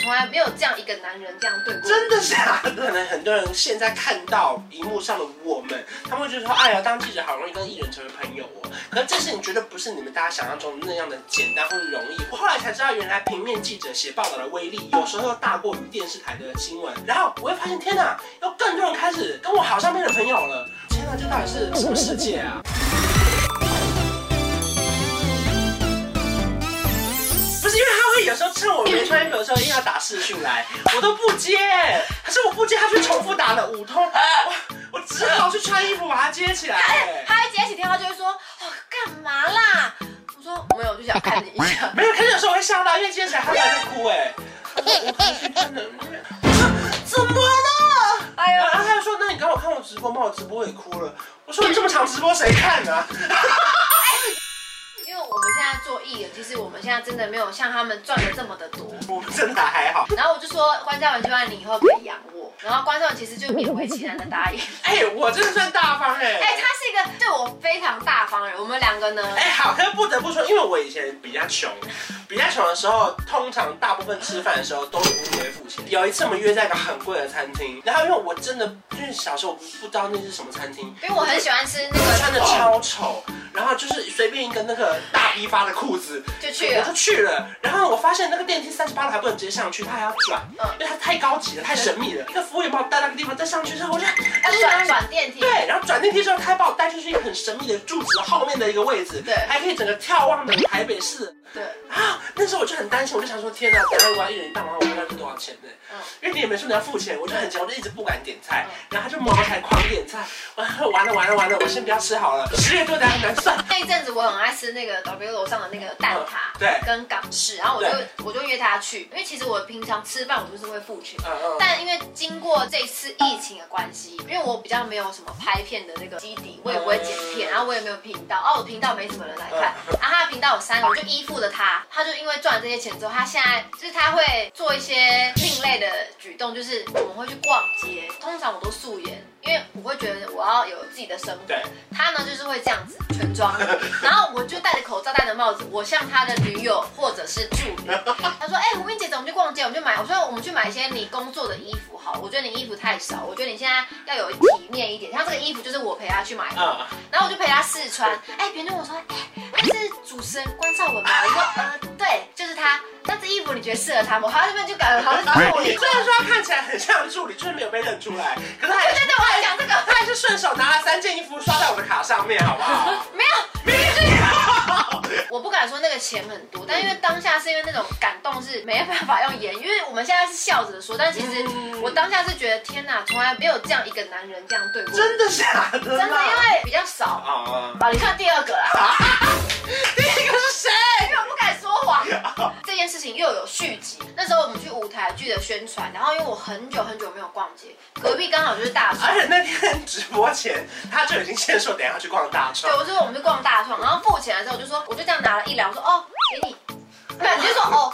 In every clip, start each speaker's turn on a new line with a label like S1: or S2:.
S1: 从来没有这样一个男人这样对过。
S2: 真的假的？可能很多人现在看到荧幕上的我们，他们会觉得说，哎呀，当记者好容易跟艺人成为朋友哦。可是这事情绝对不是你们大家想象中那样的简单或容易。我后来才知道，原来平面记者写报道的威力，有时候大过于电视台的新闻。然后我会发现，天哪，有更多人开始跟我好像变成朋友了。天哪，这到底是什么世界啊？不是因为他会有时候趁我没穿衣服的时候硬要打视讯来，我都不接。可是我不接，他却重复打了五通，我我只好去穿衣服把它接起来。
S1: 他一接起电话就会说：“哦，干嘛啦？”我说：“没有，我就想看你一下。
S2: 没有，可是有时候我会吓到，因为接起来他在那哭哎。我回去真的，我说怎么了？”
S1: 哎呦
S2: 然，后他就说：“那你刚好看我直播吗？我直播也哭了。”我说：“你这么长直播谁看呢、啊？”
S1: 因为我们现在做艺人，其实我们现在真的没有像他们赚的这么的多。
S2: 我们真的还好。
S1: 然后我就说，关少文希望你以后可以养我。然后关少文其实就勉为其难的答应。
S2: 哎、我真的算大方哎、
S1: 哎、他是一个对我非常大方的人。我们两个呢，
S2: 哎、好，可是不得不说，因为我以前比较穷，比较穷的时候，通常大部分吃饭的时候都是我姐会付钱。有一次我们约在一个很贵的餐厅，然后因为我真的就是小时候我不知道那是什么餐厅，
S1: 因为我很喜欢吃那
S2: 我穿的
S1: 个，
S2: 超丑，然后就是随便一个那个大批发的裤子，
S1: 就去了
S2: 我就去了。然后我发现那个电梯三十八楼还不能直接上去，它还要转，
S1: 嗯
S2: 因为它太高级了，太神秘了。一个服务员把我带到那个地方，再上去之后，我就哎
S1: 他转转电梯。
S2: 对，然后转电梯之后，他还把我带出去一个很神秘的柱子后面的一个位置，
S1: 对
S2: 还可以整个眺望的台北市
S1: 对，
S2: 啊。那时候我就很担心，我就想说，天哪，台湾一人一大碗，我不知道是多少钱呢？
S1: 嗯
S2: 因为你也没说你要付钱，我就很急，我就一直不敢点菜，然后他就茅台狂点菜，完了完了完了完了，我先不要吃好了，十月多等下很难算。
S1: 那一阵子我很爱吃那个 W 楼上的那个蛋挞，
S2: 嗯对
S1: 跟港式，然后我
S2: 对
S1: 就我就约他去，因为其实我平常吃饭我就是会付钱，
S2: 嗯嗯
S1: 但因为经过这次疫情的关系，因为我比较没有什么拍片的那个基底，我也不会剪片，
S2: 嗯
S1: 然后我也没有频道，啊，我频道没什么人来看，然后他的频道有三个，我就依附着他，他就因为赚了这些钱之后，他现在就是他会做一些另类的举动，就是我们会去逛街，通常我都素颜，因为我会觉得我要有自己的生活
S2: 对，
S1: 他呢就是会这样子全妆，然后我就戴着口罩戴着帽子，我像他的女友或者是助理，他说：“哎、胡斌姐，走，我们去逛街，我们去买。”我说：“我们去买一些你工作的衣服好了，我觉得你衣服太少，我觉得你现在要有体面一点。像这个衣服就是我陪他去买的，
S2: 啊、
S1: 然后我就陪他试穿。哎、别人就问我说：‘哎、他是主持人关少文吗？’我说：‘呃，对，就是他。’那这衣服你觉得适合他吗？我嗯还要这边就感觉好像是助
S2: 你
S1: 理。
S2: 虽然说他看起来很像助理，就是没有被认出来，可是他
S1: 对
S2: 还
S1: 对对，我还讲这个，
S2: 他还是顺手拿了三件衣服刷在我的卡上面，好不 好？
S1: 没有，没有。” 我不敢说那个钱很多，但因为当下是因为那种感动是没办法用言，因为我们现在是笑着说，但其实
S2: 嗯
S1: 我当下是觉得天哪，从来没有这样一个男人这样对过我，
S2: 真的假的
S1: 真的，
S2: 啦？
S1: 因为比较少。
S2: 啊啊！
S1: 好，你看第二个啦，
S2: 第一个是谁？
S1: 因为我不敢说谎。这件事情又有续集，那时候我们去舞台剧的宣传，然后因为我很久很久没有逛街，隔壁刚好就是大叔。
S2: 而且那天直播前，他就已经先说等一下去逛大
S1: 对，
S2: 创。
S1: 我就说我们去逛大创，然后付钱的时候我就说，我就这样拿了一两，我说哦，给你，对，你就说哦，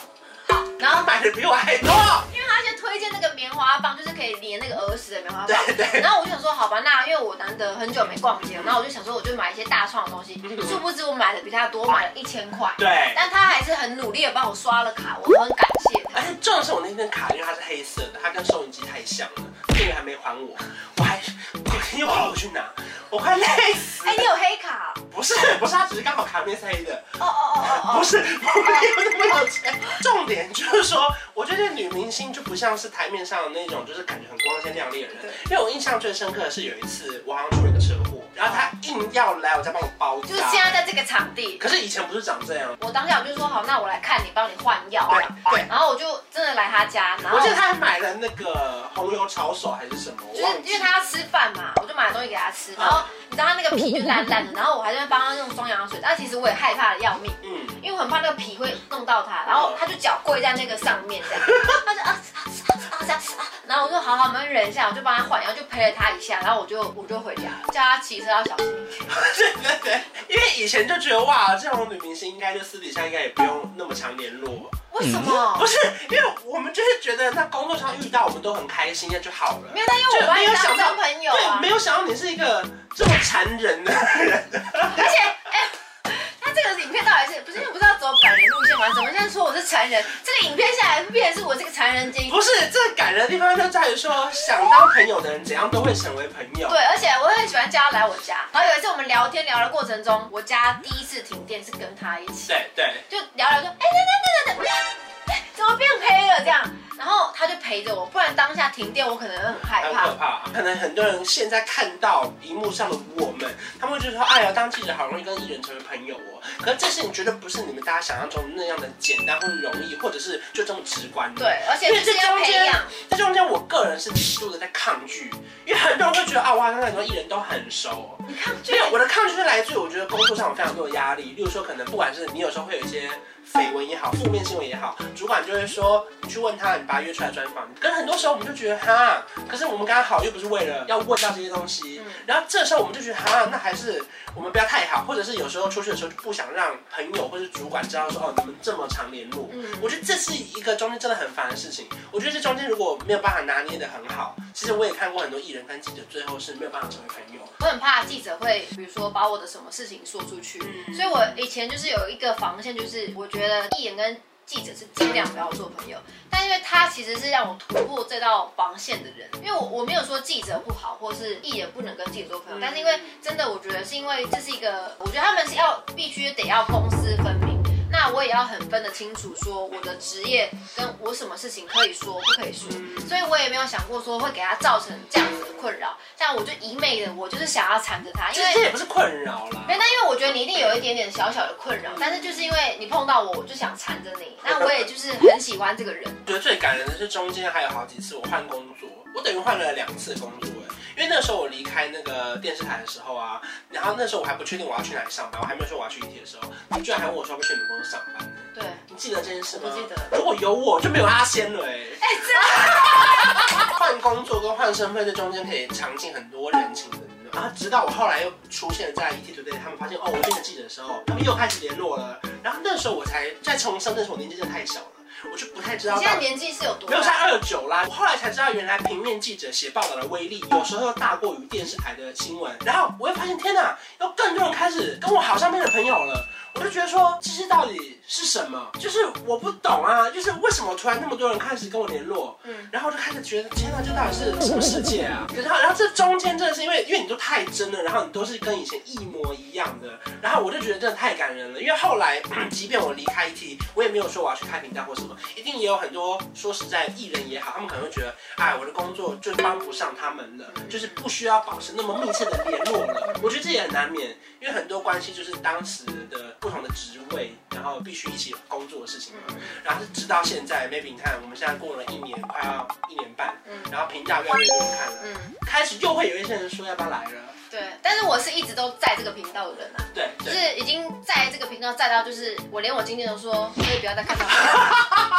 S1: 好，然后
S2: 他买的比我还多，
S1: 因为他先推荐那个棉花棒，就是可以连那个耳屎的棉花棒。
S2: 对对
S1: 然后我就想说，好吧，那因为我难得很久没逛街，然后我就想说，我就买一些大创的东
S2: 嗯
S1: 西。殊不知我买的比他多，买了一千块。
S2: 对。
S1: 但他还是很努力的帮我刷了卡，我很感谢他。
S2: 而且重点是我那天卡，因为它是黑色的，它跟收银机太像了，店员还没还我，我还我又跑回去拿，我快累死。
S1: 哎、你有黑卡哦？
S2: 不是不是，他只是刚好卡面是黑的，
S1: 哦哦哦哦
S2: 不是我没有那么有钱。重点就是说，我觉得女明星就不像是台面上的那种，就是感觉很光鲜亮丽的人
S1: 对。
S2: 因为我印象最深刻的是有一次我好像出了一个车祸，然后他硬要来我家帮我包
S1: 哦，
S2: 扎，
S1: 就是现在在这个场地。
S2: 可是以前不是长这样，
S1: 我当下我就说好，那我来看你，帮你换药。啊
S2: 对对
S1: 然后我就真的来他家，然后
S2: 我记得他还买了那个红油抄手还是什么，我
S1: 就是
S2: 忘
S1: 因
S2: 记
S1: 为
S2: 了。
S1: 他要吃饭嘛，我就买东西给他吃，然后你知道他那个皮就烂烂的，然后我还在那边帮他弄双氧水，但其实我也害怕的要命，
S2: 嗯，
S1: 因为我很怕那个皮会弄到他，然后他就脚跪在那个上面这样，他就啊啊啊啊啊，然后我说好好，我们忍一下，我就帮他换，然后就陪了他一下，然后我就我就回家了，叫他骑车要小心一点。
S2: 对对对，因为以前就觉得哇，这种女明星应该就私底下应该也不用那么常联络，
S1: 为什么
S2: 不？是，因为我们就是觉得那工作上遇到我们都很开心，那就好了
S1: 没。有，但因为我把你当成朋友
S2: 对，
S1: 啊
S2: 没，有想到你是一个这么残忍的人。
S1: 而且哎，他这个影片到底是不是因为不是要走感人路线吗？完，怎么现在说我是残忍？这个影片下来变成是我这个残忍精。
S2: 不是，这感人的地方就在于说，想当朋友的人怎样都会成为朋 友。
S1: 对，而且我很喜欢叫他来我家。然后有一次我们聊天聊的过程中，我家第一次停电是跟他一起，
S2: 对对，
S1: 就聊聊说，哎、等等等等等，哎怎么变黑了这样？然后他就陪着我，不然当下停电我可能很害
S2: 很
S1: 怕
S2: 可。怕。啊可能很多人现在看到荧幕上的我们，他们会觉得说，哎呀，当记者好容易跟艺人成为朋友哦。可是这事情绝对不是你们大家想象中那样的简单或者容易，或者是就这么直观的。
S1: 对，而且就是要培养。
S2: 这中间我个人是极度的在抗拒，因为很多人会觉得啊，我好像跟很多艺人都很熟、哦。
S1: 你看，就
S2: 所以我的抗拒是来自于我觉得工作上有非常多的压力，例如说可能不管是你有时候会有一些绯闻也好，负面新闻也好，主管就会说你去问他，你把他约出来专访。可是很多时候我们就觉得哈，可是我们刚刚好又不是为了要问到这些东西，
S1: 嗯
S2: 然后这时候我们就觉得哈，那还是我们不要太好，或者是有时候出去的时候就不想让朋友或是主管知道说哦你们这么常联络。
S1: 嗯，
S2: 我觉得这是一个中间真的很烦的事情。我觉得这中间如果没有办法拿捏的很好，其实我也看过很多艺人跟记者最后是没有办法成为朋友。
S1: 我很怕记者会，比如说把我的什么事情说出去，
S2: 嗯
S1: 所以我以前就是有一个防线，就是我觉得艺人跟记者是尽量不要做朋友，但因为他其实是让我突破这道防线的人，因为我我没有说记者不好，或是艺人不能跟记者做朋友，
S2: 嗯
S1: 但是因为真的我觉得是因为这是一个，我觉得他们是要必须得要公私分明。那我也要很分得清楚，说我的职业跟我什么事情可以说，不可以说。
S2: 嗯
S1: 所以我也没有想过说会给他造成这样子的困扰，但我就一昧的，我就是想要缠着他，因
S2: 这
S1: 为
S2: 这也不是困扰啦。
S1: 没，那因为我觉得你一定有一点点小小的困扰，但是就是因为你碰到我，我就想缠着你。那我也就是很喜欢这个人，
S2: 觉得最感人的是中间还有好几次我换工作，我等于换了两次工作哎。因为那时候我离开那个电视台的时候啊，然后那时候我还不确定我要去哪里上班，我还没有说我要去一体的时候，你居然还问我说要不要去你们公司上班，
S1: 对，
S2: 你记得这件事吗？
S1: 我记得。
S2: 如果有我就没有阿仙了哎、换工作跟换身份这中间可以尝尽很多人情冷暖。然后直到我后来又出现在 ET Today，他们发现哦我变成记者的时候，他们又开始联络了。然后那时候我才再重生，那时候我年纪真的太小了，我就不太知道
S1: 你
S2: 到
S1: 现在
S2: 底。
S1: 年纪是有多
S2: 没有在
S1: 大？
S2: 二九啦，我后来才知道原来平面记者写报道的威力，有时候大过于电视台的新闻。然后我会发现，天哪，有更多人开始跟我好像变成朋友了。我就觉得说，这些到底是什么？就是我不懂啊，就是为什么突然那么多人开始跟我联络？
S1: 嗯，
S2: 然后我就开始觉得，天哪，这到底是什么世界啊？可是，然后这中间真的是因为，因为你都太真了，然后你都是跟以前一模一样的，然后我就觉得真的太感人了。因为后来，即便我离开 ET，我也没有说我要去开频道或什么，一定也有很多说实在艺人也好，他们可能会觉得，哎，我的工作就帮不上他们了，就是不需要保持那么密切的联络了。我觉得这也很难免，因为很多关系就是当时的不同的职位，然后必须一起工作的事情嘛。
S1: 嗯
S2: 然后是直到现在，maybe 你看，我们现在过了一年，快要一年半，
S1: 嗯
S2: 然后频道越来越多人看了，
S1: 嗯，
S2: 开始又会有一些人说要不要来了，
S1: 对。但是我是一直都在这个频道的人啊，
S2: 对
S1: 就
S2: 对，
S1: 是已经在这个频道在到，就是我连我经纪人都说，可以不要再看到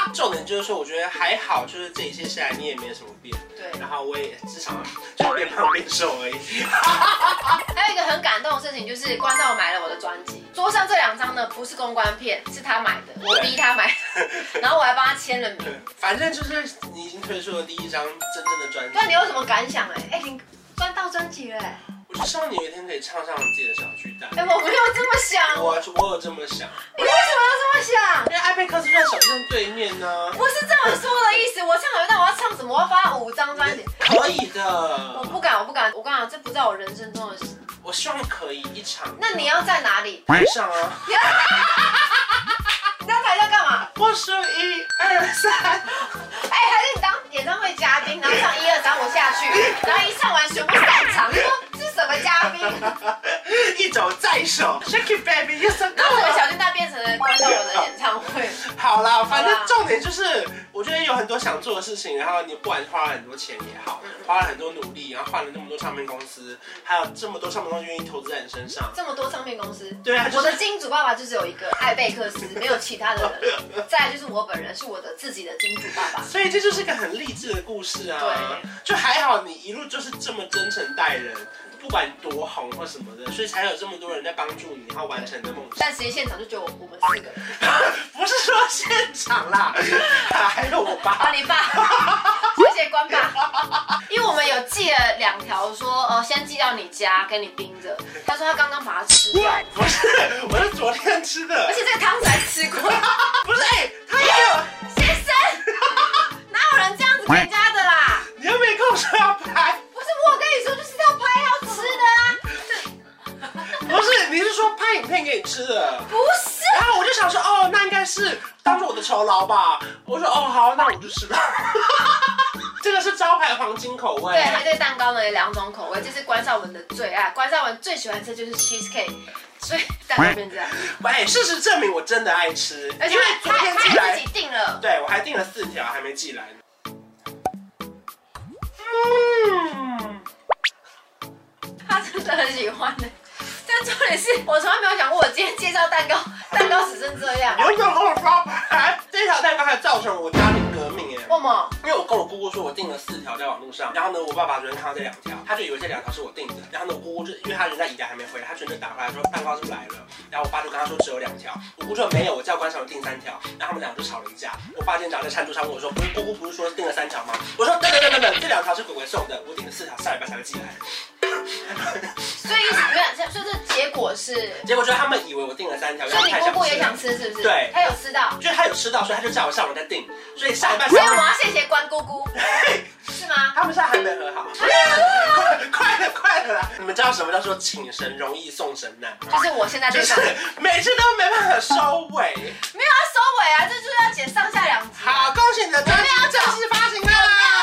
S1: 我。
S2: 重点就是说，我觉得还好，就是这一切下来你也没什么变，
S1: 对。
S2: 然后我也至少就变胖变瘦而已，
S1: 还有一个很感动的事情，就是关少买了我的专辑，桌上这两张呢不是公关片，是他买的，我逼他买 的，然后我还帮他签了名。
S2: 对，反正就是你已经推出了第一张真正的专辑
S1: 对，你有什么感想、哎、哎，你赚到专辑了、哎
S2: 我就希望你有一天可以唱上自己的小巨蛋，
S1: 哎、我没有这么想，
S2: 我我有这么想，
S1: 你为什么要这么想？
S2: 因为艾贝克斯就在小巨蛋对面呢、
S1: 不是这么说的意思，我唱好但我要唱什么？我要发五张专辑，
S2: 可以
S1: 我
S2: 的，
S1: 不敢，我不敢，我跟你讲，这不在我人生中的事。
S2: 我希望可以一场
S1: 那你要在哪里？
S2: 晚上啊。
S1: 你在台下干嘛？
S2: 我数一二三，
S1: 哎、还是你当演唱会嘉宾，然后上一二三我下去，然后一唱完全部散场，你说是什么嘉宾？
S2: 一走再手，Shake it baby，y o u so
S1: 然后整个
S2: good。
S1: 小巨蛋变成了关照我的演唱会。
S2: 好啦，反
S1: 好啦
S2: 正重点就是，我觉得有很多想做的事情，然后你不管花了很多钱也好，花了很多努力，然后换了那么多唱片公司，还有这么多唱片公司愿意投资在你身上。
S1: 这么多唱片公司，
S2: 对啊，就
S1: 我的
S2: 是
S1: 金主爸爸就只有一个艾贝克斯，没有其他的人。再来就是我本人是我的自己的金主爸爸。
S2: 所以这就是一个很励志的故事啊。
S1: 对，
S2: 就还好你一路就是这么真诚待人，不管你多红或什么的，所以才有这么多人在帮助你，然后完成你的梦想。
S1: 但实际现场就只有我们四个人，
S2: 不是说现场啦，还有我爸。
S1: 啊，你爸，谢谢关爸，因为我们有寄了两条说，呃，先寄到你家给你冰着。他说他刚刚把它吃掉，
S2: 不是，我是昨天吃的
S1: 而，且这个汤才吃过。
S2: 不是，哎、他也有，
S1: 先生，哪有人这样子回家的啦？
S2: 你又没跟我说要拍，
S1: 不是我跟你说，就是要拍要吃的啊。
S2: 不是，你是说拍影片给你吃的？
S1: 不是，
S2: 然后我就想说，哦，那应该是当做我的酬劳吧。我说，哦，好，那我就吃吧。 这个是招牌黄金口味。
S1: 对，他对蛋糕呢有两种口味，这是关少文的最爱。关少文最喜欢吃就是 cheese cake，所以蛋糕变这样。
S2: 哎，事实证明我真的爱吃，
S1: 而且
S2: 因为
S1: 他
S2: 昨
S1: 他
S2: 天寄
S1: 他还自
S2: 来
S1: 己，订了。
S2: 对我还订了四条，还没寄来呢。嗯，
S1: 他真的很喜欢的。但重点是我从来没有想过，我今天介绍 蛋糕，蛋糕只剩这样。
S2: 有种跟我发牌，这条蛋糕还造成我家庭革命哎。
S1: 为什么？
S2: 因为我跟我姑姑说，我订了四条在网络上，然后呢，我爸爸昨天看到这两条，他就以为这两条是我订的，然后呢，我姑姑就因为他人在宜兰还没回来，他昨天就打回来说蛋糕是不是来了，然后我爸就跟他说只有两条，我姑说没有，我叫关少文订三条，然后他们俩就吵了一架，我爸今天早上在餐桌上问我说，不是姑姑不是说订了三条吗？我说等等等等等，这两条是鬼鬼送的，我订了四条，下礼拜才会寄来。
S1: 所以没有，所以这结果是，
S2: 结果就是他们以为我订了三条，然
S1: 所
S2: 后
S1: 以
S2: 太
S1: 你姑
S2: 想
S1: 姑也
S2: 吃
S1: 想
S2: 了，
S1: 吃，是不是？
S2: 对
S1: 她有吃到。
S2: 就是他有吃到，所以他就叫我上午再订，所以下礼拜
S1: 所以我要谢谢关姑姑，是吗？
S2: 他们现在还没和好。快了，快了啦！你们知道什么叫做请神容易送神难吗？
S1: 就是我现在这
S2: 就是
S1: 种，
S2: 每次都没办法收尾。
S1: 没有要收尾啊，这就是要剪上下两集。
S2: 好，恭喜你的专辑正式发行啦！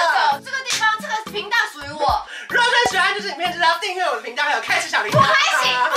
S1: 要走，这个地方这个频道属于我。
S2: 如果说你喜欢这支影片，记得要订阅我的频道，还有开启小铃 铛。
S1: 我还行